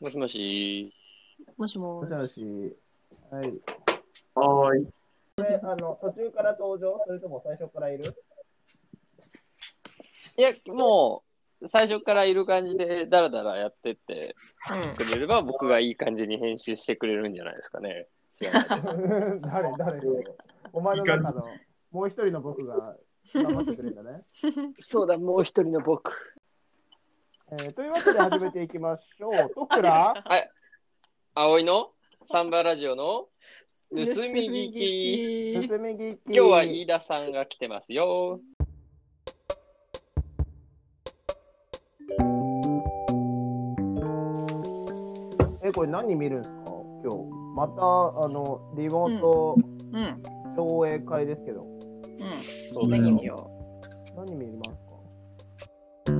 もしもし。もしももしもし。はい。はーい。これ、あの、途中から登場それとも最初からいるいや、もう、最初からいる感じで、だらだらやってってくれれば、僕がいい感じに編集してくれるんじゃないですかね。 誰、誰お前の中の、もう一人の僕が頑張ってくれるんだ ね。そうだ、もう一人の僕。えー、というわけで始めていきましょ う。トクラ葵のサンバラジオのうん。盗み聞き。盗みき。聞き。今日は飯田さんが来てますよ。え、これ何見るんですか今日。また、あの、リモートうん。上映会ですけど、そ何見よ何見ますかう。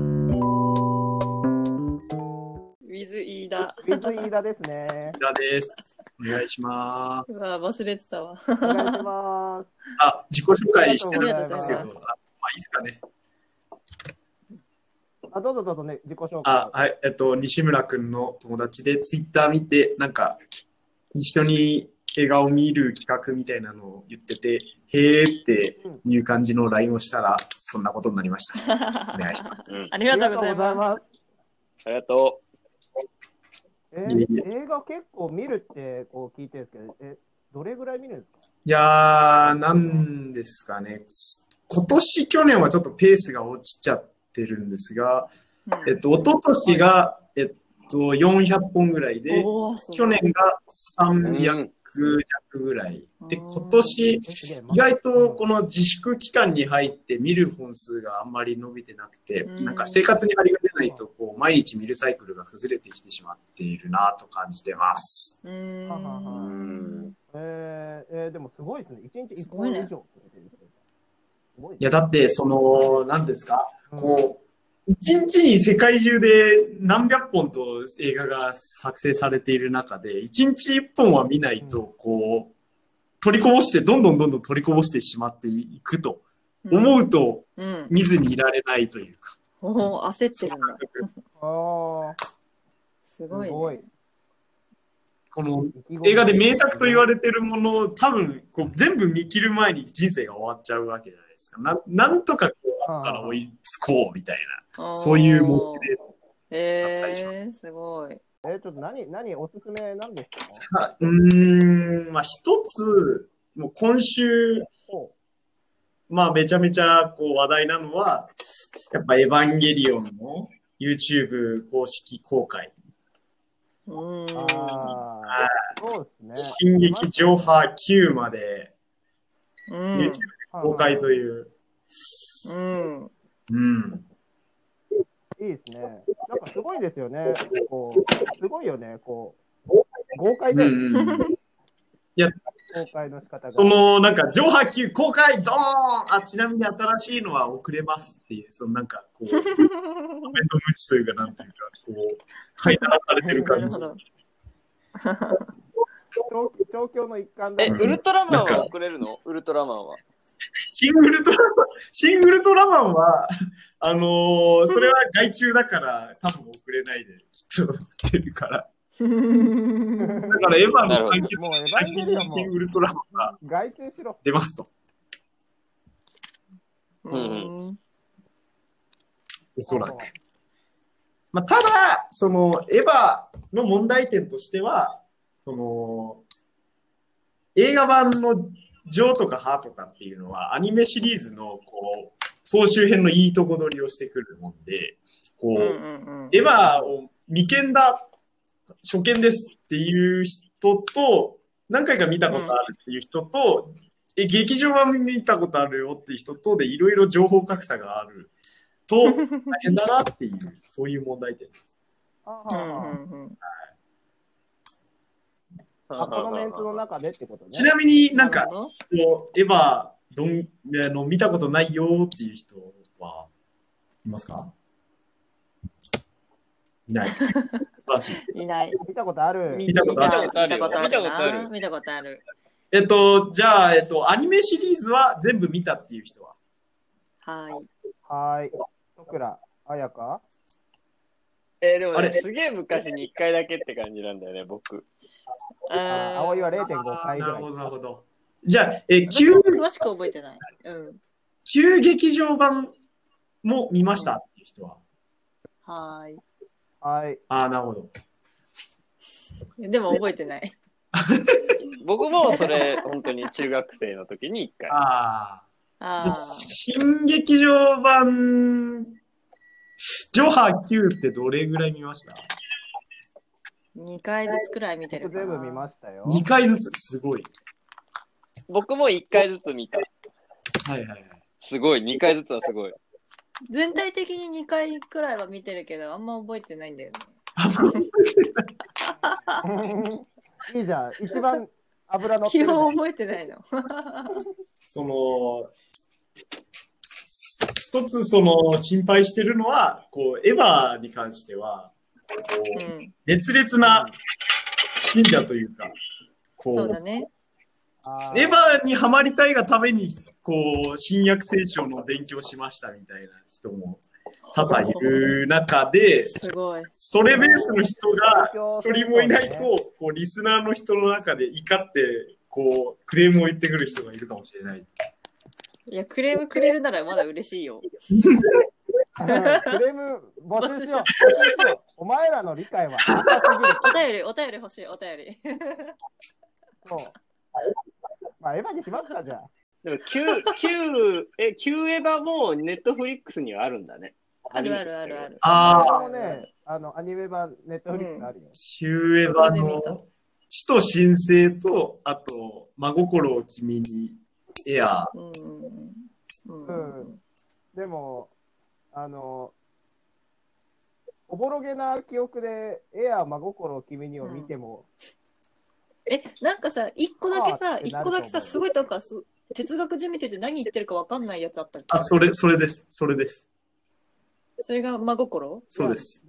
With 飯田。ビズ飯田ですね。田です。お願いしまうす。わ、忘れてたわ。お願いします。あ、自己紹介してないんですけど、あありがとうございますまあ、いいですかね。あ、どうぞどうぞね、自己紹介。。あ、はい、えっと、西村くんの友達で、ツイッター見て、なんか、一緒に映画を見る企画みたいなのを言ってて、へーっていう感じの LINE をしたら、そんなことになりました。お願いします。うんありがとうございますありがとえいえい映画結構見るってこう聞いてるんですけど、え、どれぐらい見るんですかいやー、なんですかね。今年、去年はちょっとペースが落ちちゃってるんですが、えっと、一昨年が、えっと、400本ぐらいで、おお、すごい去年。がう。 300弱ぐらい。で、うん今年、えすげえ意外とこの自粛期間に入って見る本数があんまり伸びてなくて、うんなんか生活に張りが出ないと、こう、毎日見るサイクルが崩れてきてしまっているなと感じてます。うーはははん。えーえーでもすごいですね。一日一すごい本以ね上すごいいや、だって、その、何ですかうんこう、一日に世界中で何百本と映画が作成されている中で、一日一本は見ないと、こう、取りこぼして、どんどんどんどん取りこぼしてしまっていくと、思うとうん。見ずにいられないというか。おお、焦ってるんだ。ああ、すすごいね。ごい。この意気込み映画で名作と言われてるものを多分こう全部見切る前に人生が終わっちゃうわけじゃないですか。ななんとかこう後から追いつこうみたいあーな、そういうモチベーションだったりしまえー、すごい。えーちょっと何、何、おすすめなんですかあうーん、まあ一つ、もう今週、おまあめちゃめちゃこう話題なのは、やっぱエヴァンゲリオンの YouTube 公式公開、うーん。ああ、そうですね。進撃上波9までう YouTube ん。公開といいう、うん。うん、い。いいですね。なんかすごいですよね。こう、すごいよね。こう、豪快うんだよね。う んうん、公開の仕方が。そのなんか上波9公開、ドーンあ、ちなみに新しいのは遅れますっていう、そのなんか こう、コメント無知というか、なんというか、こう、飼いならされて るな感るじほ。ど。調調教の一環う。だえ、よウね。ルトラマンなんはか遅れるのウルトラマンは。シングルトラマン、シングルトラマンは、あのーそれは外注だから、多分遅れないで、きっと出るから。だから、エヴァの完結もうエヴァン先ゲリオンにもシングルトラマンが外注しろ。出ますと。うん。おそらく。まあ、ただ、その、エヴァの問題点としては、その、映画版のジョーとかハーとかっていうのは、アニメシリーズの、こう、総集編のいいとこ取りをしてくるもんで、こうう、んうんうん。エヴァを未見だ、初見ですっていう人と、何回か見たことあるっていう人と、え劇場版見たことあるよっていう人とで、いろいろ情報格差があると、大変だなっていう、そういう問題点です。あうあんあうんうん。ああこのメンツの中でってことね。ちなみになんるか、ほどこうエヴァどんあの見たことないよっていう人は、いますかいない。素晴らしい。いない。見たことある。見たことある見たことあ見るよたことあるな。見たことある。えっと、じゃあ、えっと、アニメシリーズは全部見たっていう人ははい。はーい。とくら、あやかえーでもあね、れすげえ昔に1回だけって感じなんだよね、僕。ああ葵ーは0.5回ぐなるらいほ。ど、なるほど。じゃあ、え私急も詳しく覚えてない。うん。急劇場版も見ましたっていう人は。はーいはい。ああ、なるほど。いや。でも覚えてない。僕もそ れ、本当に中学生の時に1回。あああ。じゃあ。あ新劇場版、ジョハ Q ってどれぐらい見ました2回ずつくらい見てる僕かな。全部見ましたよ。 ?2 回ずつ、すごい。僕も1回ずつ見た。はいはいはい。すごい、2回ずつはすごい。全体的に2回くらいは見てるけど、あんま覚えてないんだよね。 いいじゃん。一番油乗って基るね。本覚えてないの。その、一つその心配してるのは、こう、エヴァに関しては、こう。うん熱烈な信者というか、こそうう、だね。あーエヴァにはまりたいがために、こう、新約聖書の勉強しましたみたいな人も多々いる中で、すごい。それベースの人が一人もいないと、こう、リスナーの人の中で怒って、こう、クレームを言ってくる人がいるかもしれない。いや、クレームくれるならまだ嬉しいよ。うんクレーム募集しよう募集しよう。お前らの理解は浅すぎる。お便り、お便り欲しい、お便り。そう。まあ、エヴァにしますか、じゃあ。でも、旧、旧、え、旧エヴァもネットフリックスにはあるんだね。あるあるあるある。ああのね、あの、アニメ版、ネットフリックスあるよ。ヒューエヴァの死と神聖と、あと、真心を君に、エアー。うんうんうん。ううんん。でも、あの、おぼろげな記憶で、エアー真心を君にを見ても、え、なんかさ、一個だけあーっさ、て一なると個思うだけさ、すごいなんかす、哲学じみてて何言ってるかわかんないやつあったっけあ、それ、それです。それです。それが真心 そうです。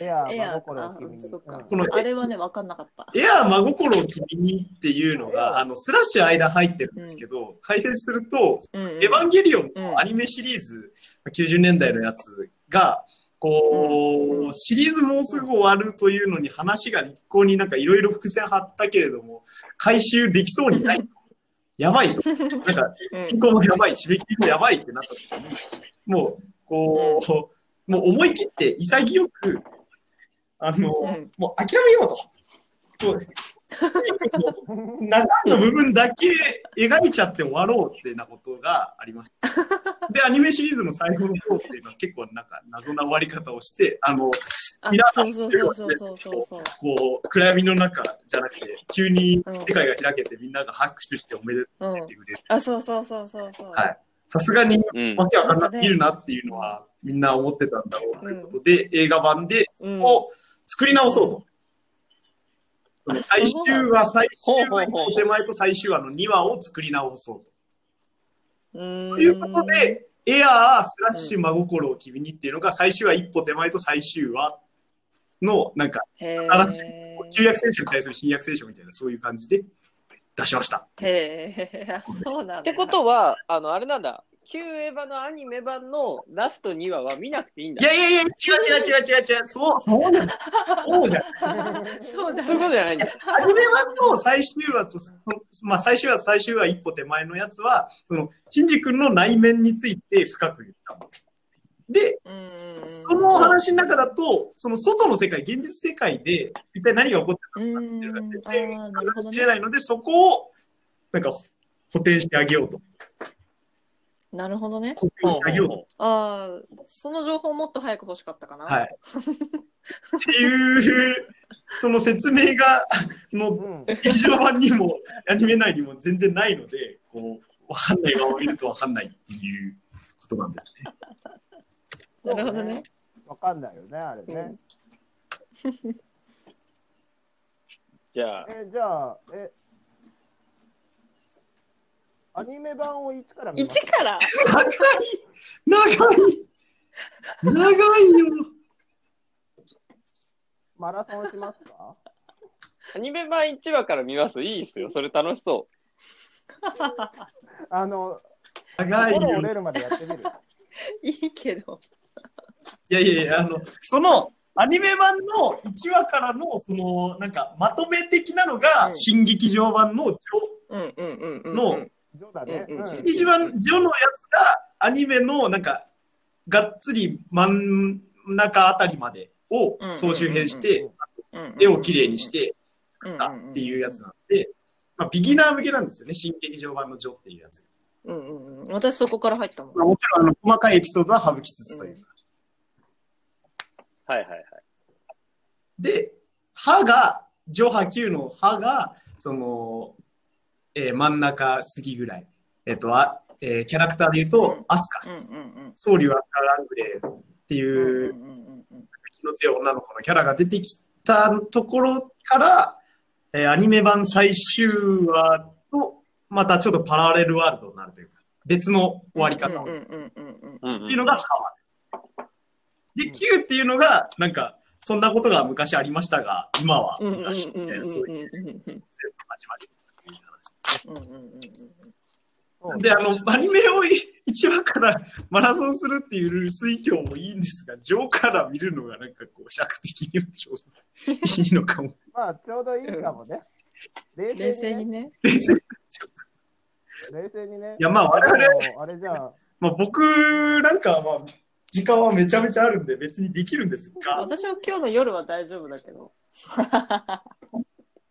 エアーエアー真心を君に。あそうかこのあれはね、わかんなかった。エアー真心を君にっていうのが、あの、スラッシュ間入ってるんですけど、解説すると、うんうんエヴァンゲリオンうんのアニメシリーズ、90年代のやつが、こう、うんうんシリーズもうすぐ終わるというのに話が一向になんかいろいろ伏線張ったけれども、回収できそうに ない。やばいと。なんか、うん銀行もやばい、締め切りもやばいってなった時に、もう、こう、もう思い切って潔く、あの、んもう諦めようと。もう中の部分だけ描いちゃって終わろうってなことがありま した。で、アニメシリーズの最後の方っていうのは結構なんか謎な終わり方をして、あの、あ皆さんそうそうそうそうそうそう。こう、暗闇の中じゃなくて、急にうん世界が開けてみんなが拍手しておめでとううっんて。くれる。あ、そうそうそうそうそう。はいさすがにうん。わけわかんなすぎるなっていうのはみんな思ってたんだろうということで、映画版でそこを作り直そうと。うそんの最終話、最終話ほうほうほう手前と最終話の2話を作り直そうと。うん。ということで、エアースラッシュ真心を君にっていうのが最終話一歩手前と最終話のなんかへー、新し旧約聖書に対する新約聖書みたいなそういう感じで出しました。へーあそうなんだ。ってことは、あの、あれなんだ、旧エヴァのアニメ版のラスト2話は見なくていいんいだ。やいやいや、違う違う違う違う違う、そう、そうじゃない。そうじゃない。 そうじゃそういうことない。じゃないんです。アニメ版の最終話と、そまあ、最終話、最終話一歩手前のやつは、その、シンジ君の内面について深く言ったの。で、うんうんそのお話の中だと、その外の世界、現実世界で、一体何が起こってうん。うん。あーなるるのほかどもしねれ。ないので、そこを、なんか、補填してあげようと。なるほどね。補填してあげようと。ああ、その情報もっと早く欲しかったかな。はい。っていう、その説明が、のうん。劇場版にもアニメ内にも全然ないので、こう、わかんない側を見るとわかんないっていうことなんですね。なるほどね。わかんないよね、あれね。じゃあ、え、じゃあ、え、アニメ版を1から見一ますから 長い長い長いよマラソンしますかアニメ版1話から見ます。いいっすよ。それ楽しそあの、長い心折よれるまでやってみる。いいけど。いやいやいや、あの、その、アニメ版の1話からの、その、なんか、まとめ的なのが、うん新劇場版のジうんうんうんうョん。の、ジョだね。うんうんうん新劇場版ジョのやつが、アニメの、なんか、がっつり真ん中あたりまでをうん総集編しうんて、うんうんうん絵をきれいにしてうんうんたうんっていうやつなんで、まあ、ビギナー向けなんですよね、新劇場版のジョっていうやつ。うんうんうん。私そこから入ったもん。まあ、もちろん、あの、細かいエピソードは省きつつというか。はいはいはい。で、歯が、上波球の歯が、その、えー真ん中過ぎぐらい。えっ、と、あえーキャラクターで言うと、うんアスカ、うんうん僧侶アスカ・ラングレーってうん。いう、うんうんうん気の強い女の子のキャラが出てきたところから、えーアニメ版最終話と、またちょっとパラレルワールドになるというか、別の終わり方をする。うんうんうんうん。うんうんっていうのがハワイ。で、Q っていうのが、なんか、そんなことが昔ありましたが、今はうんうんうん昔みたいな、そういう全部始まりっていうそう話。で、あの、アニメを1話からマラソンするっていう推挙もいいんですが、上から見るのがなんかこう、尺的にもちょうどいいのかも。 まあ、ちょうどいいかもね。冷冷静静ににね。ね。冷静に冷静にねい。や、まあ我あ々、のあ れじゃん。まあ僕なんかはまあ、時間はめちゃめちゃあるんで別にできるんです が、私は今日の夜は大丈夫だけど。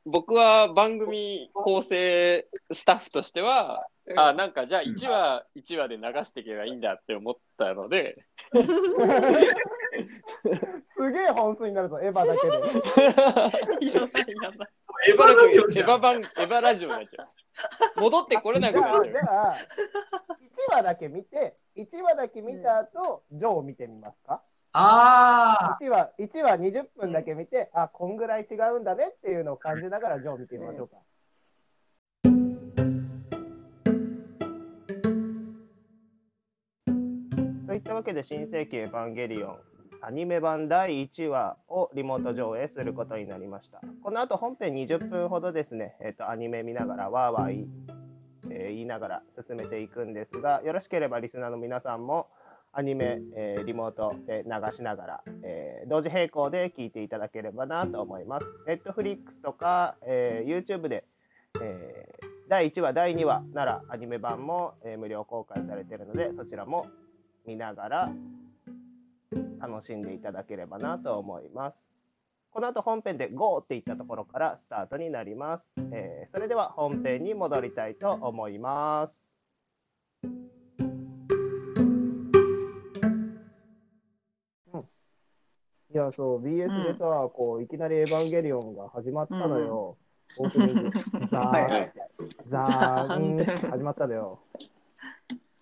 僕は番組構成スタッフとしては、あ、なんかじゃあ1話、一話で流していけばいいんだって思ったので、 すげえ本数になるぞ、エヴァだけで。やばいやばい。エエヴァラジオじヴゃァん。版、エヴァラジオになっちゃう。戻ってこれなくじゃなっあ、ちじゃう。ゃあ、1話だけ見て、1話だけ見た後、ジョーを見てみますかああ、 1話、1話20分だけ見て、あ、こんぐらい違うんだねっていうのを感じながら、ジョーを見てみましょうか。といったわけで、新世紀エヴァンゲリオン、アニメ版第1話をリモート上映することになりました。この後本編20分ほどですね、えっとアニメ見ながらわーわーい、えー言いながら進めていくんですが、よろしければリスナーの皆さんもアニメ、えーリモートで流しながら、えー同時並行で聞いていただければなと思います。Netflix とか、えー YouTube で、えー第1話、第2話ならアニメ版も、えー無料公開されているので、そちらも見ながら楽しんでいただければなと思います。この後本編で GO っていったところからスタートになります。えーそれでは本編に戻りたいと思います。いや、そう、BS でさ、こう、いきなりエヴァンゲリオンが始まったのよ。オープニング。 ザはいはーンい、ザーンって始まったのよ。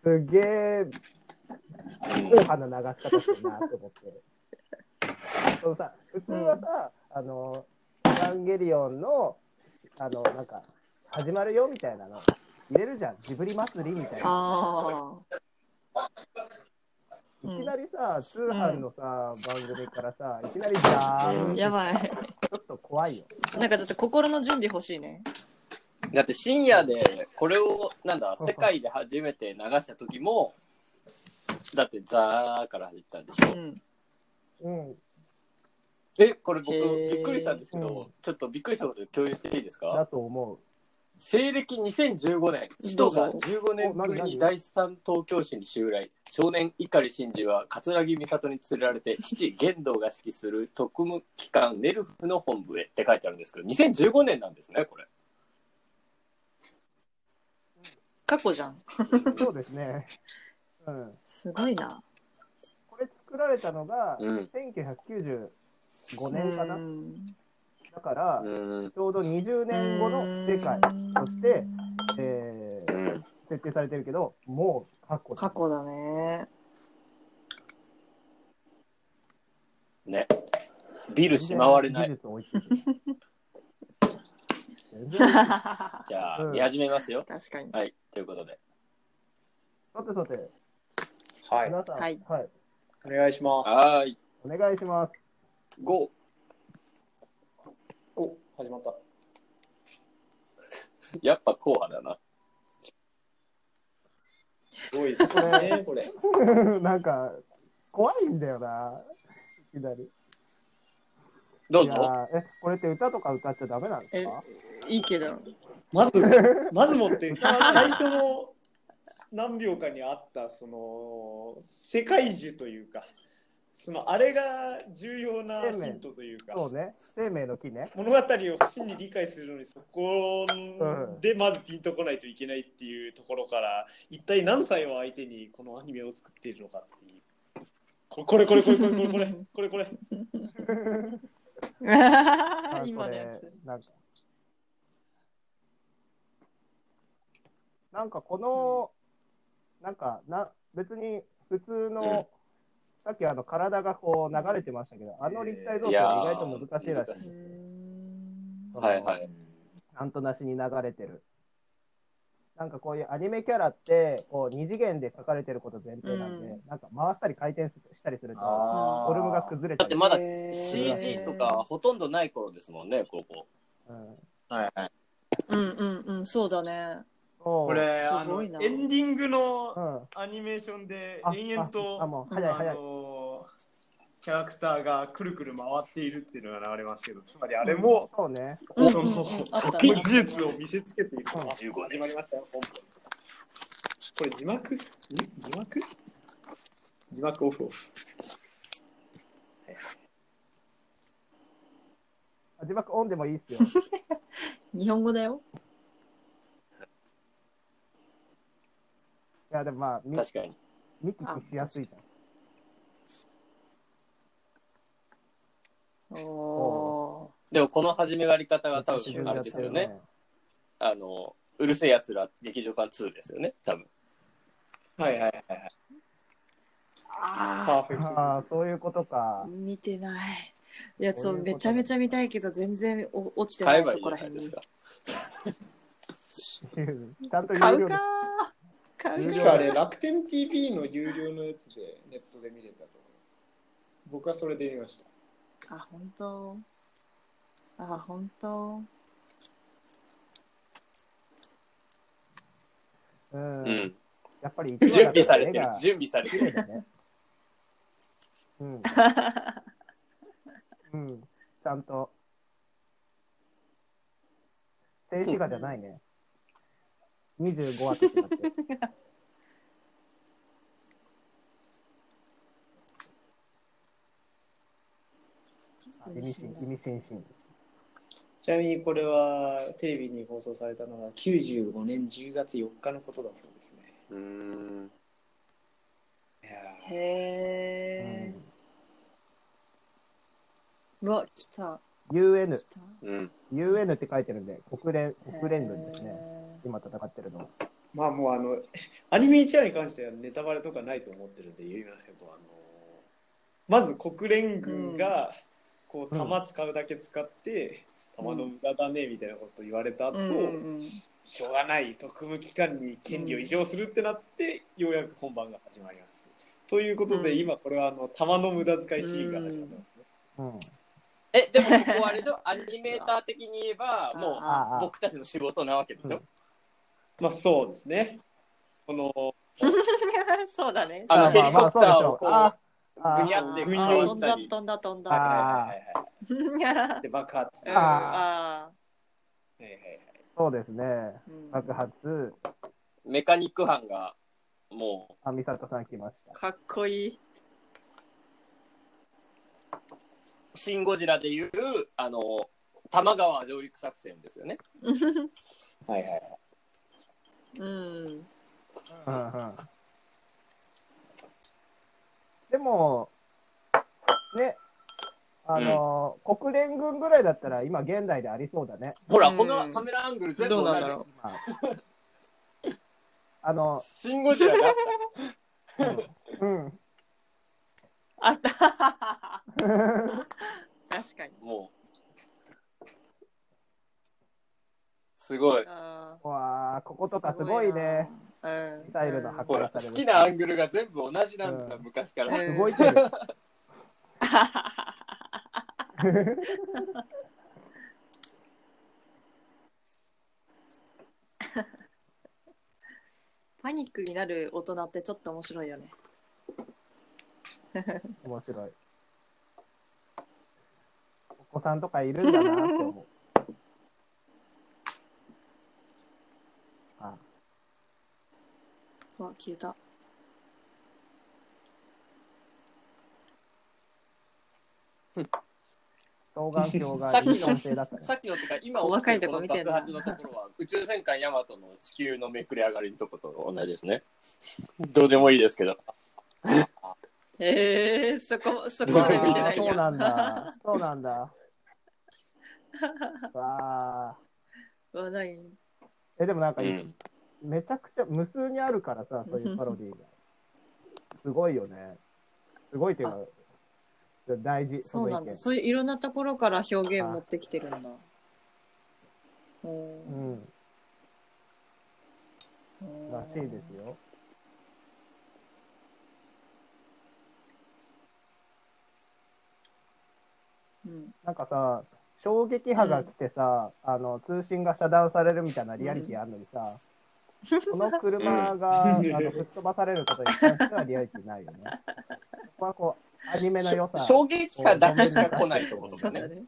すげえ、硬派な流し方してるなって思って。そのさ、普通はさ、あの、エヴァンゲリオンの、あの、なんか、始まるよみたいなの、入れるじゃん。ジブリ祭りみたいな。あ いきなりさ、通販のさ、番組からさ、いきなりザ ーンあ。ってやばい。ちょっと怖いよ。なんかちょっと心の準備欲しいね。だって深夜でこれをなんだ世界で初めて流した時もだってザーから始まったんでしょうん。うん。えこれ僕へーびっくりしたんですけうどちょっとびっくりしたこと共有していいですだかと思う。西暦2015年ど首う藤さんぞ15年ぶりお何何に第三東京市に襲来少年碇真司は葛城美里に連れられて父玄道が指揮する特務機関ネルフの本部へって書いてあるんですけど2015年なんですねこれ過去じゃん。そうですね。うん。すごいな。これ作られたのが、うん1995年かな。うん。だから、うんちょうど20年後の世界として、えうーん設定されてるけど、もう過去過だ去だ ね。ねビルしまわれない技術追いついてる全然さじゃあ、うん見始めますよ。確かに。はい、ということで。てさて、はい。皆さん、ははいい、お願いします。はーい、お願いします。 ゴお、始まった。ー。 やっぱ硬派だな。すごいですねね、これ。なんか、怖いんだよな。いきなり。どういやぞ。ーえ、これって歌とか歌っちゃダメなんですかいいけど。まず、 まず持って、最初の何秒かにあった、その、世界樹というか、その、あれが重要なヒントというか、そうね。生命の木ね。物語を真に理解するのに、そこでまずピンとこないといけないっていうところから、一体何歳を相手にこのアニメを作っているのかっていう。ここれこれこれこれこれこれこれこれあ今のやこつれ。なんかなんかこの、なんかな別に普通の、うんさっきあの体がこう流れてましたけど、あの立体造い形やはー意外と難しいらしい。難そのはいはい。なんとなしに流れてる。なんかこういうアニメキャラって、こう二次元で描かれてること前提なんで、うなんか回したり回転したりすると、あフォルムが崩れだたってり、まだへー CG とかほとんどない頃ですもんね、ここ。うんはいはい。うんうんうん、そうだね。そうこれあすのごエいなンディングのうん、アニメーションであ延々とああもうあ早い早いのキャラクターがくるくる回っているっていうのが流れますけど、つまりあれも、そうね。うんその、あった技術を見せつけていく。うん15始まりましたよ、本編これ字幕ん字幕字幕オフオフ。字幕オンでもいいっ すよ。日本語だよ。いや、でもまあ、見確かに。見聞きしやすいじゃん。おおでもこの始めり方が多分あれですよね。。あの、うるせえやつら劇場版2ですよね、多分。はいはいはいはい。パーフェクト。ああ、そういうことか ー。。見てない。いや、そう、こういうめことちゃめちゃ見たいけど、全然お落ちてな買えい、ばいそいじこゃらない辺ですに。か。ちゃんと買有うかー。料で買う確かかあれ、楽天 TV の有料のやつでネットで見れたと思います。僕はそれで見ました。ー。あ、本当。あ、本当。う。うんん。やっぱり一準備話だったさられ絵てるが。準備されて綺麗る。だね。うん。うん。ちゃんと。静止画じゃないね。25話ってなって。あ意味深、意味深深。ちなみにこれはテレビに放送されたのは95年10月4日のことだそうですね。うーん。いやうへえん。うわ、来た。 UN、来た。うん。 UN って書いてるんで、国連、国連軍ですね。ね。今戦ってるのは。ーまあもうあの、 アニメ1話に関してはネタバレとかないと思ってるんで言いますけど、あのまず国連軍がこううん弾使うだけ使って、弾の無駄だねみたいなこと言われた後、うんうんしょうがない特務機関に権利を移譲するってなって、ようやく本番が始まります。ということで、うん今これはあの弾の無駄遣いシーンが始まってますね。うん。え、でもここはあれでしょアニメーター的に言え ば、もうああ、僕たちの仕事なわけでしょ、まあそうですね。このうん そうだね。あのあまヘあリまコあプタそうでーをしょうこう、ああぐにゃって軍あ用飛んしただり。飛んだ飛んだ。あはいはいはいはで爆発。うんはいあはいはいそうですね。ーうん爆発、メカニック班が、もあ、美里さん来ました。かっこいい。う、シン・ゴジラでいう、あの、多摩川上陸作戦ですよね。 はいはいはい。うん。うんうんでも、ね、あのー国連軍ぐらいだったら今現代でありそうだね。ほら、うんこのカメラアングル全部どう同なんじだ。ろ今あの、シン・ゴジラがあっうん。う。あ った。確かに。た。もう、すごい。あわあ、こことーかすごいね。。すごいなうん。ミサイルの箱ほら、好きなアングルが全部同じなんだ、う昔 から。うん動いてる。パニックになる大人ってちょっと面白いよね。面白い。お子さんとかいるんだなって思う。あうわ、消えた。双眼 鏡がさっきの優勢だったね。さっきのってか、今細かいとここの見てん爆な発のところは、宇宙戦艦ヤマトの地球のめくれ上がりのとこと同じですね。どうでもいいですけど。えー、そ こ、 そこどうまででもい見いてですないけどそうや。なんだ。 そうなんだ。わあ。うわ、ない。え、でもなんか、うん。めちゃくちゃ無数にあるからさ、そういうパロディーが。すごいよね。すごいっていうか、大事、そうなんだ。そそういういろんなところから表現持ってきてるんだ。うん。の意見。ううんん、らしいですよ。うん。なんかさ、衝撃波が来てさ、あの、通信が遮断されるみたいなリアリティあるのにさ、この車が、あうんの、吹っ飛ばされることに関してはリアリティないよね。ここはこう、アニメの良さ。衝撃波だけしか来ないってことそかうねだ。ね。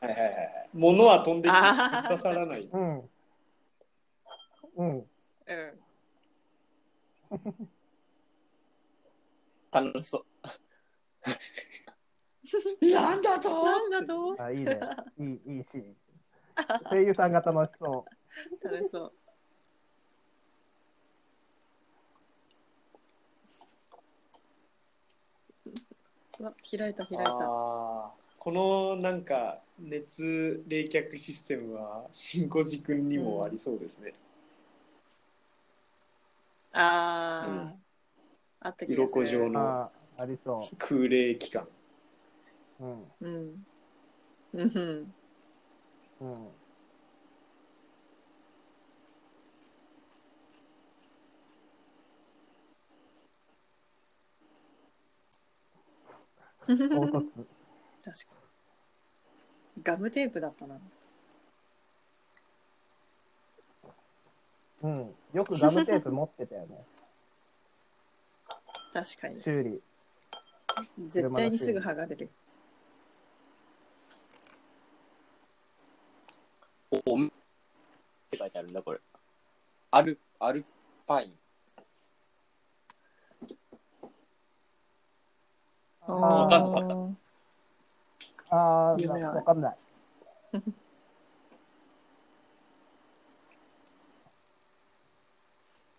はいはいはいはい。物は飛んできてあー突き刺さらない。うん。うん。うん。楽しそう。なんだとなんだとあ、いいね。いい、いいシーン。声優さんが楽しそ楽しそう。うわ、開いた開いた。あーこのなんか熱冷却システムはシンコジ君にもありそうですね。あー、うんあった気が鱗する状う。の ああ、ありそ空冷期間。う。うん。うんうんうんうん。凹凸。確かにガムテープだったなうん。よくガムテープ持ってたよ ね。確かに修理。絶対にすぐ剥がれるお、おめって書いてあるんだ、これ。アル、アルパイン。あわかんなかったーああ、夢あるわかんない。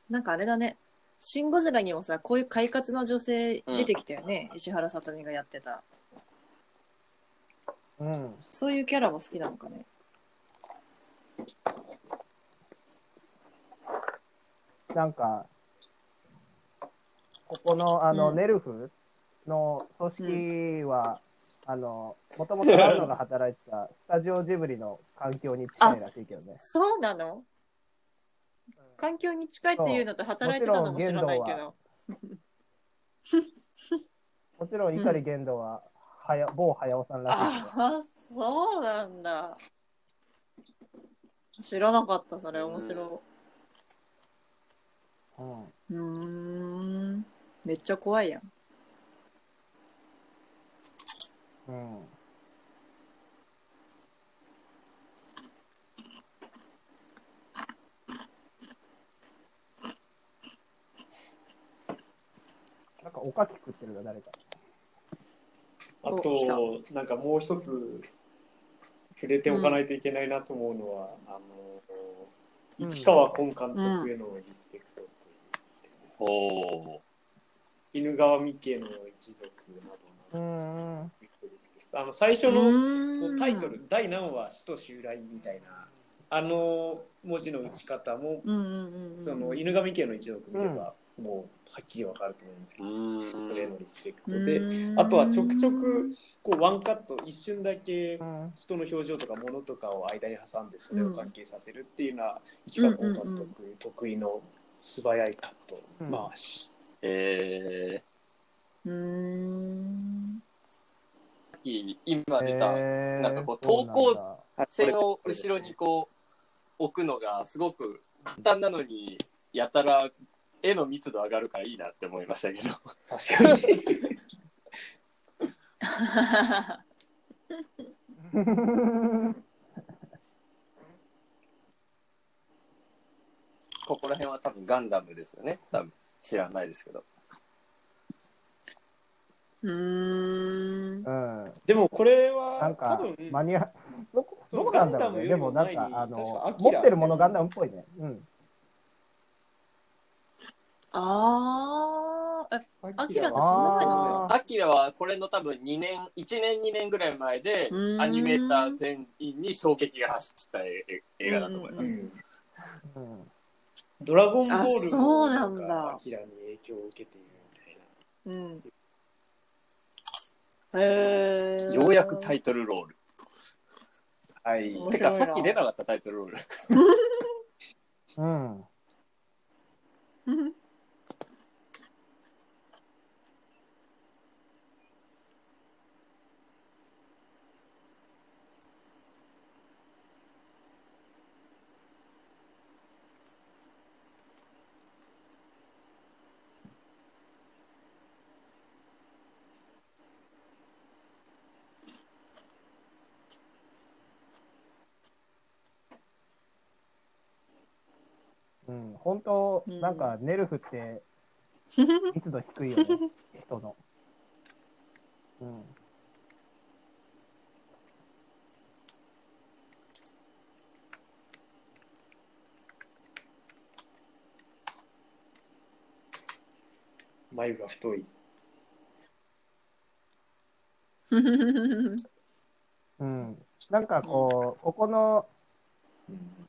なんかあれだねシン・ゴジラにもさこういう快活な女性出てきたよね、石原さとみがやってたうん。そういうキャラも好きなのかねなんか、ここの、あの、うんネルフの組織は、あの、もともとラウナが働いてた、スタジオジブリの環境に近いらしいけどね。そうなの環境に近いっていうのと働いてたのも知らないけどもちろん、碇玄度は、はや、某早尾さんらしいけどああそうなんだ知らなかったそれ面白い、うんうーんめっちゃ怖いやん。うん。なんかおかき食ってるな、誰か。あお来と、なんかもう一つ触れておかないといけないなと思うのは、あうんの、市川崑監督へのリスペクトという点ですね、おー。犬川三家の一族なうどのん。リスペクトですけど、あの、最初ののタイトル、第何話、死と襲来みたいな、あの文字の打ち方も、うんうんうんうん。その犬神家の一族見れば、もうはっきりわかると思うんですけうど、ーんそれへのリスペクうトで、ーんあとはちょくちょくこうワンカット、一瞬だけうん。人の表情とか物とかを間に挟んで、それを関係させるっていうのは、一番監うんうんう督得意の素早いカットうん回し。えうーん。ー、さっき今出たえーなんかこうそなんだ投線を後ろにこう置くのがすごく簡単なのにやたら絵の密度上がるからいいなって思いましたけど。確かに。 ここら辺は多分ガンダムですよね。多分知らないですけど。うーん。うん。でもこれなんは多か分、、マニア、どこ、そどうこなんだろうガね。でンダムよもりなも前んにか、あ確かのア、キ持ラってるものガンダムっぽいね。うん。あー、えアキラがはその前なんだよ。あアキラはこれの多分2年、1年2年ぐらい前でうー、んアニメーター全員に衝撃が走った映映画だと思います。うんー、うん。ドラゴンボールもあそうなんだかアキラに影響を受けているみたいうな。ん。へーようやくタイトルロール。は面い。白いなてかさっき出なかったタイトルロール。うん。うん、本当、うんなんか、ネルフって、密度低いよ ね、人の。うん。眉が太い。うん。なんかこう、ここの、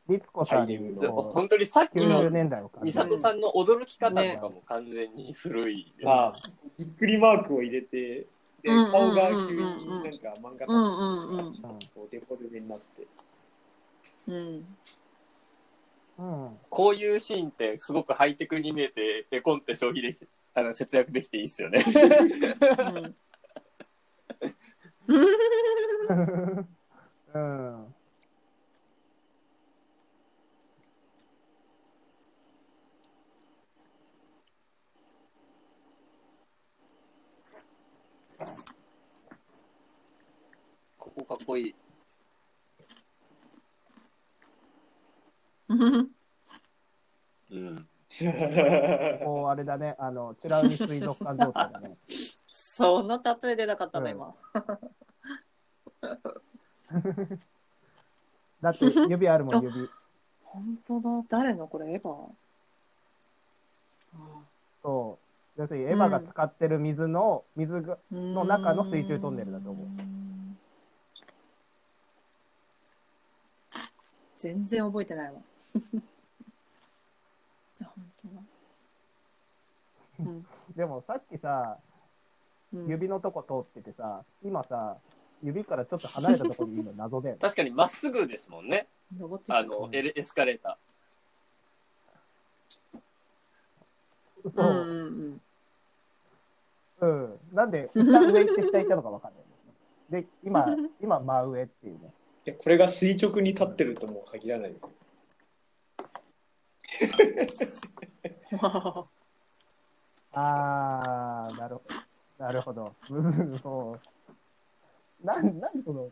律子さんハイレにグこ本当にさっう、き90の年代を感美じる。里さんの驚き方とかも完全に古いです。まあ、びっくりマークを入れて、でうんうんうんうん顔が急になんか漫う画家んとしうんうんうんてこうデフォルメになって。うん。うん。こういうシーンってすごくハイテクに見えて、絵コンって消費できて、あの節約できていいっすよね。うん。ここかっこいい。うん。うん。こう、あれだね、あの、チュラウニ水族館状態だ ね。その例え出なかったの、今。だって、指あるもん、指。本当だ。誰のこれ、エヴァそう。要するに、エヴァが使ってる水の、水が、の中の水中トンネルだと思う。全然覚えてないわ。い や本当だ。でもさっきさ、うん、指のとこ通っててさ、今さ、指からちょっと離れたところにいるの謎だよね。確かにまっすぐですもんね。うん登ってあきたの、エレエスカレータそうんうう。んうんうん。なんで、一旦上行って下行ったのかわかんない。で、 今、今、真上っていうね。いやこれが垂直に立ってるとも限らないですよ。あー、なるほど。なるほど。 うんそう。なん、なんでその、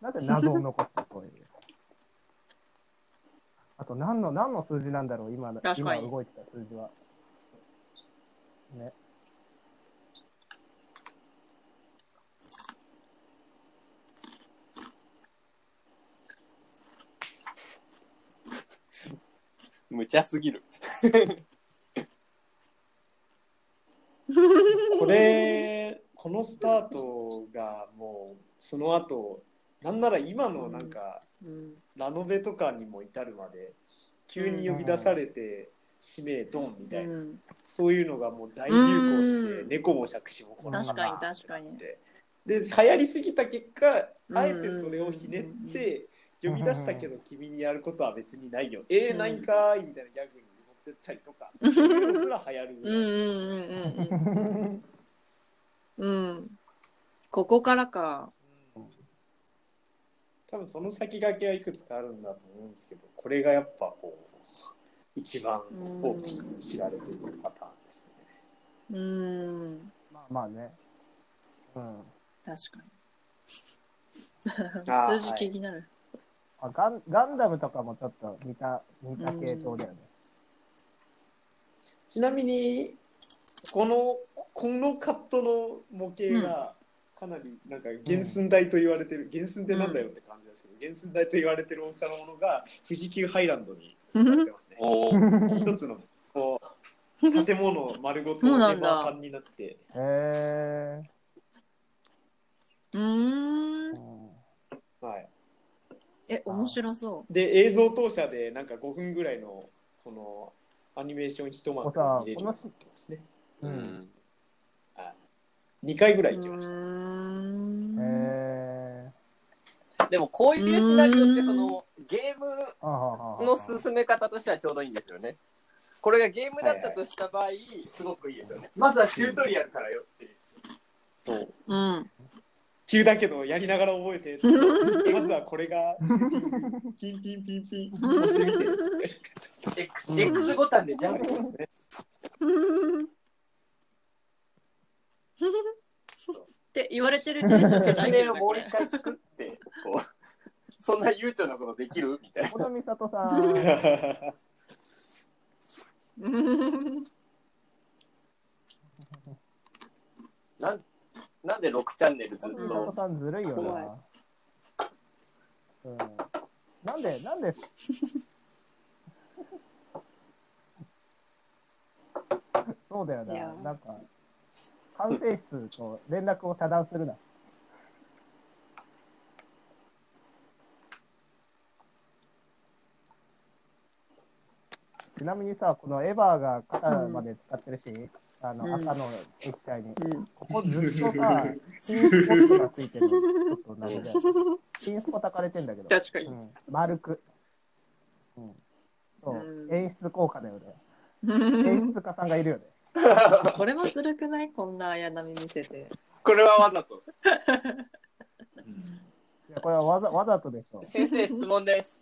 なんで謎を残すのそういう。あと、何の、何の数字なんだろう今の、確か今に動いてた数字は。ね。ー。無茶すぎる。これ、このスタートがもう、その後、なんなら今のなんか、うんラノベとかにも至るまで、急に呼び出されて、使命ドンみうたいな、んそういうのがもう大流行してう、ん猫も杓子もこのまま確かに確かに。 で流行りすぎた結果うんあえてそれをひねって呼び出したけど君にやることは別にないよ、ええないんかいみたいなギャグに持ってったりとか、それすら流行るぐうんうらい、んうんうんうん。うん。ここからか。多分その先駆けはいくつかあるんだと思うんですけどこれがやっぱこ一番大きく知られているパターンですね。うーん。まあまあね。うん。確かあーに。数字気になる。あガンガンダムとかもちょっと似た、似た系統だよね。ちなみに、この、このカットの模型が、かなりなんか原寸大と言われてる、原寸ってなんだよって感じですけど、原寸大と言われてる大きさのものが、富士急ハイランドになってますね。おー一つの、こう、建物丸ごとそうレなバんだーパンになって、へ うー。え。うんんはい。え、面白そで、映像投射で、なんか5分ぐらいの、この、アニメーション一幕を入れるようになってますね。ううん。ん2回ぐらう。いう行きました。へーん。え。でもこういうシナリオってそのゲームあはははの進め方としてはちょうどいいんですよね。これがゲームだったとした場合、すごくいいですよね。まずはチュートリアルからよっていう。そううん。急だけどやりながら覚えて まずはこれがシューティングピンピンピンピン押 してみて X, X ボタンでジャンプですね。って言われてるテンションじゃな説いけ明どをねもこうれ一回聞くって、こう、 そんな悠長なことできるみたいな。この美里さん。うんなんなんで6チャンネルずっ美と里さんずるいよ怖いな。うん。なんで、なんで、 そうだよいやな。なんか、管制室と連絡を遮断するな。ちなみにさ、このエヴァーが肩まで使ってるし、あの、うん赤の液体に、うんここずっと さ、ピンスポットがついてるの。ちょっとなん で。ピンスポ焚かれてんだけど。確かにう。ん、丸く。うん。そう。うん演出効果だよね。うん演出家さんがいる よね。これもずるくないこんな綾波見せて。これはわざと。いやこれはわざわざとでしょ。先生、質問です。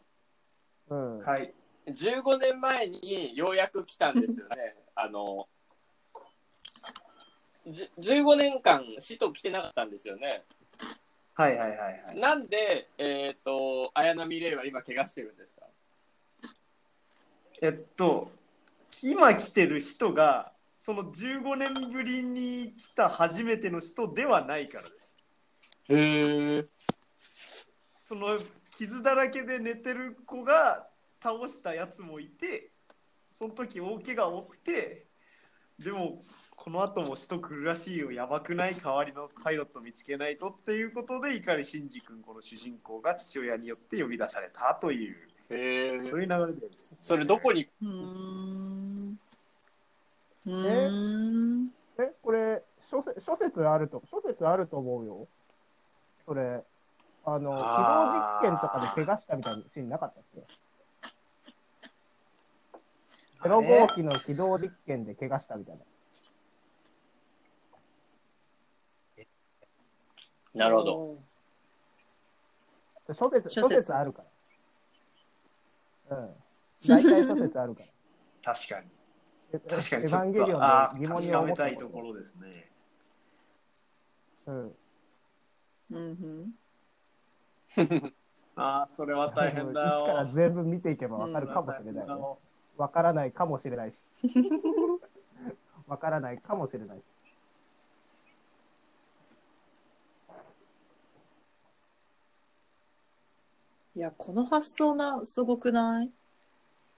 うん。はい、はい15年前にようやく来たんですよね。 あの、じゅ15年間、使徒来てなかったんですよね。はいはいはいはいなんで、えっ、と、綾波レイは今、怪我してるんですかえっと今来てる人がその15年ぶりに来た初めての人ではないからですへえ。その傷だらけで寝てる子が倒したやつもいてその時大怪我を負ってでもこの後も人来るらしいよやばくない代わりのパイロット見つけないとっていうことで碇シンジ君この主人公が父親によって呼び出されたというへえ。そういう流れですそれどこに、うーん。うーん。え、これ、諸説諸説あると、諸説あると思うよ。それ、あの、軌あー道実験とかで怪我したみたいなシーンなかったっけゼロ号機の軌道実験で怪我したみたいな。なるほど。諸説、諸諸説説あるから。うん。大体諸説あるから。確かに え確かエにヴちょァンっゲリオンとあーの疑問確にか思めったいところですねろ。うん。うんああそれは大 変だ一からよ全部見ていけばわかるかもしれないね。わからないかもし れないし。わからないかもしれないし。いや、この発想な、すごくない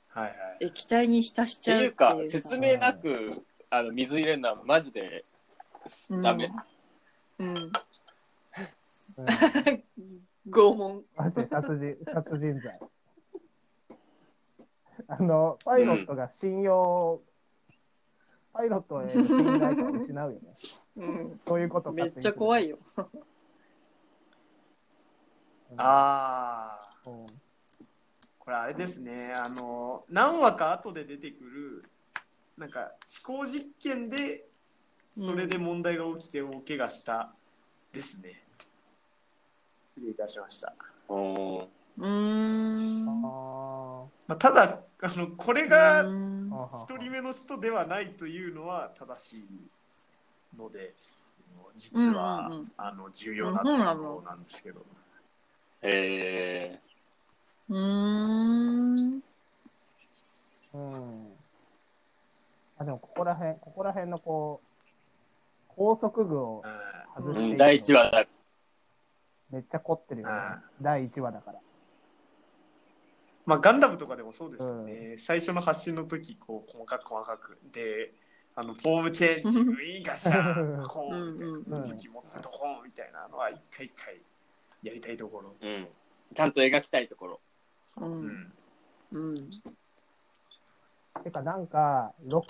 はいはい液体に浸しってちゃういうっていうかさ。、説明なく、あの、水入れるのはマジでダメ。うん。うん。うん、拷問。マジで殺人、殺人罪。あの、パイロットが信用、パイロットへの信頼感を失うよね。うん。そういうことめっちゃ怖い。いよ。あ。ああうんこれあれですね、あの、何話か後で出てくる、なんか、思考実験で、それで問題が起きて大怪我した、ですね。失礼いたしました。うん。うーん。あまあ、ただ、あのこれがうんはあは一人目の人ではないというのは正しいのです。実は、うんうんうんあの重要なところなんですけど。えうーん。あうんあでもここら辺ここら辺のこう高速具を外ーうしていくん、の第1話だ。めっちゃ凝ってるよねうん第1話だからまあ、ガンダムとかでもそうですよね、最初の発信の時こう細かく細かくであのフォームチェンジウィーンガシャーこうみたいな武器持つとこみたいなのは一回一回やりたいところ、うん。ちゃんと描きたいところ。う。うんん、うん。てかなんか 6,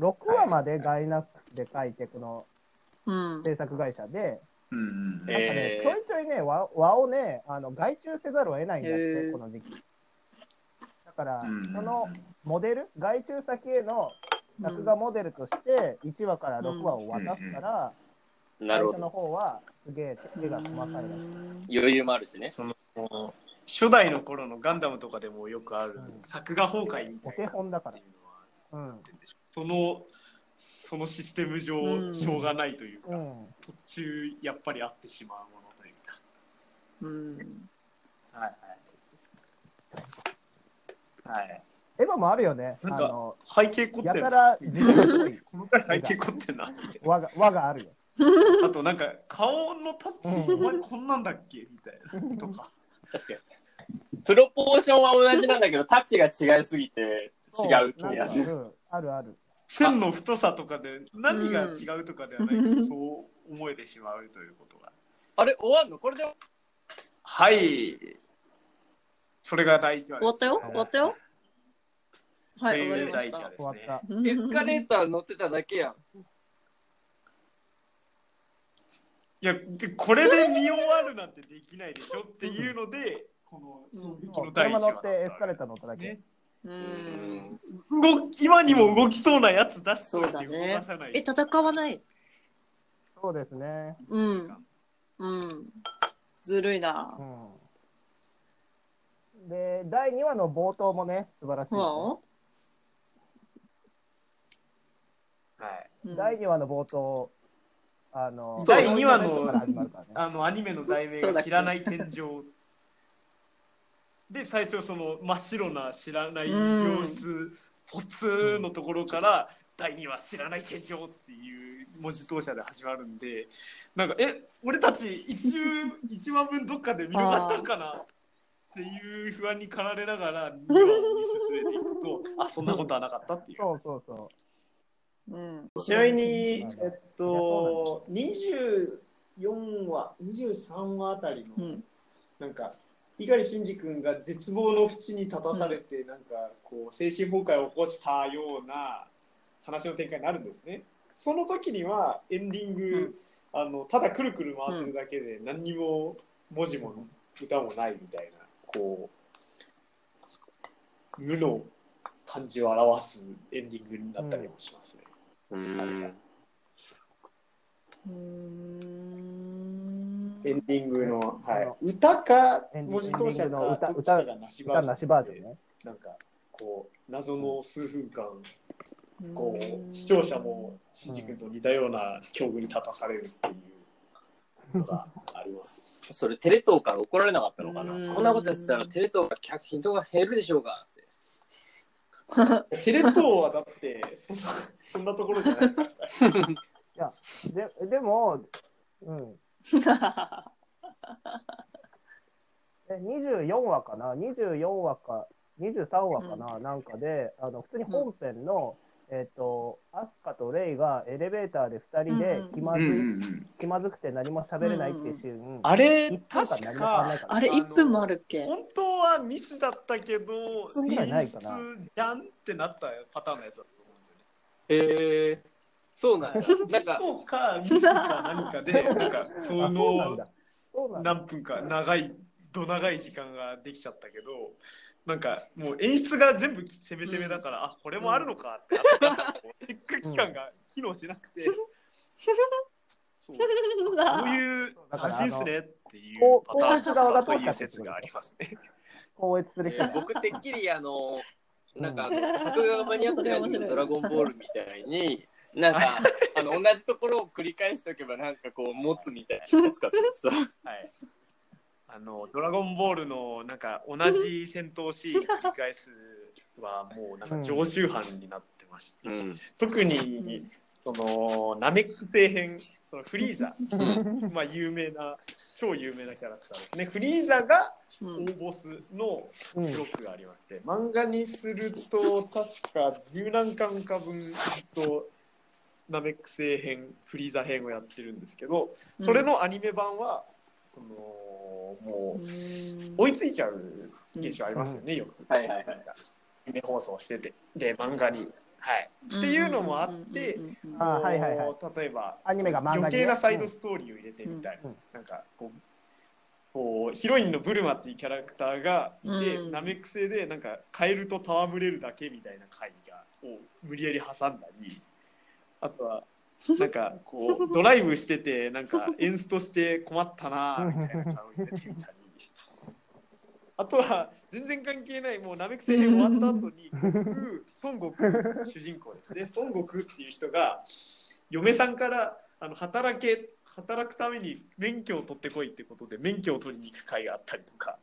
6話までガイナックスで書いてこのうん。制作会社でうんうんなんかえーねちょいちょいね和和をねあの外注せざるを得ないんだっへてーこの時期だからうんそのモデル外注先への作画モデルとして1話から6話を渡すから、なるほ最初のど。方はすげえ手が細かいらしい。余裕もあるしね。その初代の頃のガンダムとかでもよくある、うん作画崩壊みたおい手な本だかっらて。いうのはうん。そのそのシステムう上んしょうがないというか、うん。途中やっぱりあってしまうものというか。うん。はいはい。はいエヴァもあるよね。あなんかの、背景凝ってやるたな。ら自分っぽいこの回背景凝ってんな。みたい和が和があるよ。なあとなんか顔のタッチ、うんお前こんなんだっけみたいな。とか。確かに。プロポーションは同じなんだけど、 タッチが違いすぎて違うってやなんかうんあるある。線の太さとかで何が違うとかではないけど、そう思えてしまうということが。あれ、終わんのこれではい。それが第一話終わったよ終わったよは、はいい、終わりま第し一た。話です終ね。わっエスカレーター乗ってただけやん。いやでこれで見終わるなんてできないでしょっていうので、この衝撃のた。第一話車乗だっったてわけエスカレーター乗っただけね。う。。うん動き今にも動きそうなやつ出しといてそうだ動ねかさない、え、戦わない。そうですね。うん。うん。ずるいなう。ん。で、第2話の冒頭もね、素晴らしい不安よをはい、ね、第2話の冒頭、あの、第二話のから始まるからね。あのアニメの題名そうだがっ「け知らない天井」で最初その真っ白な知らない病室ポツンのところから第2話「知らない天井」っていう文字通社で始まるんでなんかえ俺たち一周1話分どっかで見逃したんかなっていう不安に駆られながら2話に進めていくとあそんなことはなかったっていう。そうそうそう。うん。ちなみに、うんえっと、24話、23話あたりうの、ん。なんか、猪狩真司君が絶望の淵に立たされて、なんか、こう、精神崩壊を起こしたような話の展開になるんですね。その時には、エンディング、うんあの、ただくるくる回ってるだけで、何にも文字も歌もないみたいな、こう、無の感じを表すエンディングになったりもしますね。うん。うーん。エンディングの、あはのい、歌かエンディン文グ字当社のか歌どっちかがなしバージョン歌なしバージョンね。なんかこう謎の数分間うんこう視聴者もしんじ君と似たような境遇に立たされるっ ていうのがあります。それ、テレ東から怒られなかったのかうなんそんなことやってたら、テレ東が客人が減るでしょうかって。テレ東はだってそんな そんなところじゃないから。ででも、うん、え24話かな、24話か、23話かな、なんかで、あの普通に本編の、えっとアスカとレイがエレベーターで2人うでんうん気まず,、気まずくて何も喋れないっていうシーン、あれ1分間確何も変わんないかから、あれ、1分もあるっけ本当はミスだったけど分ぐらいな演い出かなじゃんってなったパターンのやつだと思うんですよね。へえ。そうなんだ。なんか、そうかミスか何かでなんかそあそうなのんだ、そうなんだ、何分か長いど長い時間ができちゃったけどなんかもう演出が全部攻め攻めだから、あこれもあるのかってあったからこうチェック期間が機能しなくて、そうそういう斬新っすねっていうこうパターンこう側がと通っいたうってこと説がありますね。超越するえ人ーだ。僕てっきりあのなんかあの作画がマニアックなそれ面白いドラゴンボールみたいになんかあの同じところを繰り返しておけばなんかこう持つみたいなやつかと思ってさはい。あの、ドラゴンボールの、なんか、同じ戦闘シーンを繰り返すは、もう、なんか、常習犯になってまして、うん特に、その、ナメック星編、そのフリーザ、 まあ、有名な、超有名なキャラクターですね。フリーザがうん大ボスのうんブロックがありまして、漫画にすると、確か、十何巻か分と、ナメック星編、フリーザ編をやってるんですけど、それのアニメ版は、その、もう、追いついちゃう現象ありますよね、よく。はいはいはい。アニメ放送してて、で、漫画に。はい。っていうのもあってうんうんうんうんうんあはいはいはいこう例えば、アニメが漫画にね余計なサイドストーリーを入れてみたいな。うんなんか、こう、こうヒロインのブルマっていうキャラクターがいて、うんナメック星でなんかカエルと戯れるだけみたいな回がを無理やり挟んだりあと はなんかこうドライブしててなんか演出として困ったなみたいな顔を入れてみたりあとは全然関係ないもうナメック星編終わった後 に悟空孫悟空主人公ですね孫悟空っていう人が嫁さんからあの働け働くために免許を取ってこいってことで免許を取りに行く会があったりとか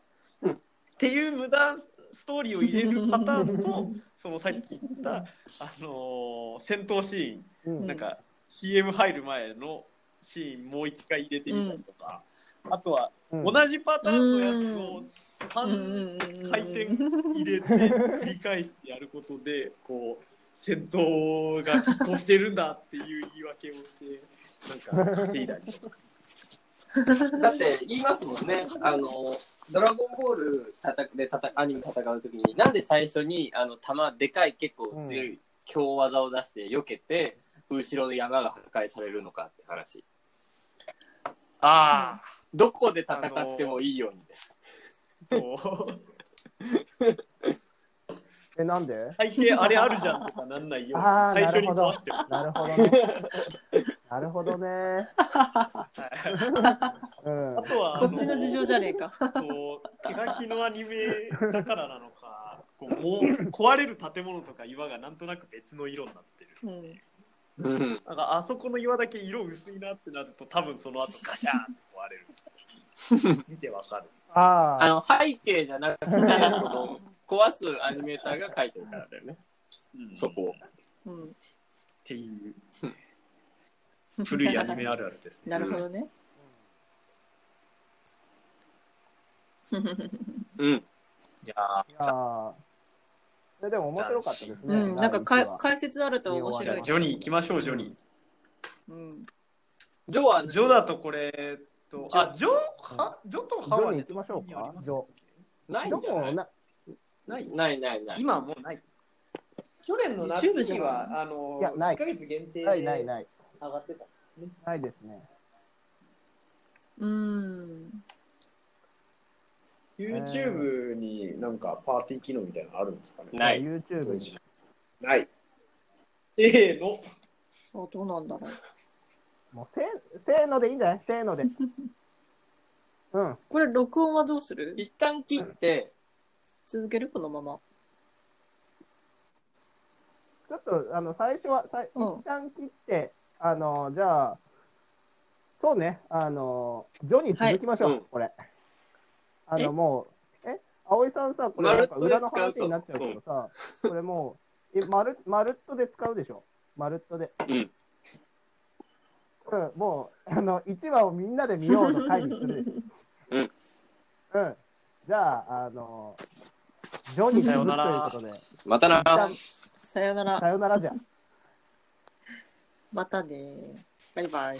っていう無駄ストーリーを入れるパターンとそのさっき言った、あのー戦闘シーンうんなんか CM 入る前のシーンもう一回入れてみたりとか、あとはうん同じパターンのやつを3回転入れて繰り返してやることでこう戦闘が拮抗してるんだっていう言い訳をしてなんか稼いだりとか。だって言いますもんね、あの、ドラゴンボール叩くで叩アニメ戦うときに、なんで最初に、あの、弾、でかい、結構強い強技を出して、避けて、後ろの山が破壊されるのかって話。あどこで戦ってもいいようにです。あそうえ、なんで背景あれあるじゃんとかなんないようにあー最初に壊してもなるほどね。 なるほどね。うんあ。とはあこっちの事情じゃねえか。こう手書きのアニメだからなのか、こうもう壊れる建物とか岩がなんとなく別の色になってる。うんうん。なんかあそこの岩だけ色薄いなってなると、多分その後ガシャーンって壊れる。 見てわかる。あああ、の、背景じゃなくて、そ の、壊すアニメーターが書いてるからだよね、うんそこを。うんっていう古いアニメあるあるです ね。なるほどね。うん。いやーいやーそれでも面白かったですうね。ん、なんか第一か話解説あると面じゃ白あい。ジョニー行きましょう、ジョニうん、ジョーはー。ジョだとこれと、あ、ジョはジョとハワイジョニー行きましょうかジョないどんじゃこなもいな、ないないないない。今はもうない。去年の夏 YouTube じゃになは、あの、いやない1ヶ月限定でないな上いない。がってたんですね。ないですね。うん、 YouTube になんかパーティー機能みたいなのあるんですかねない YouTube に。ない。せーの。あどうなんだろう。もうせ、せーのでいいんじゃないせーので。うん。これ録音はどうする一旦切って、続けるこのまま。ちょっと、あの、最初は、さいうん一旦切って、あの、じゃあ、そうね、あの、ジョニー続きましょう、はいうんこれ。あえの、もう、え、葵さんさ、これまなるっんかとで裏の使う話とになっちゃうけどさ、これもう、え、まる、まるっとで使うでしょまるっとで。うん。うん、もう、あの、1話をみんなで見ようの回にするでしょ。うんうん。じゃあ、あの、ジョニー続くということで、またな。さよならさ。よならじゃ。またね。バイバイ。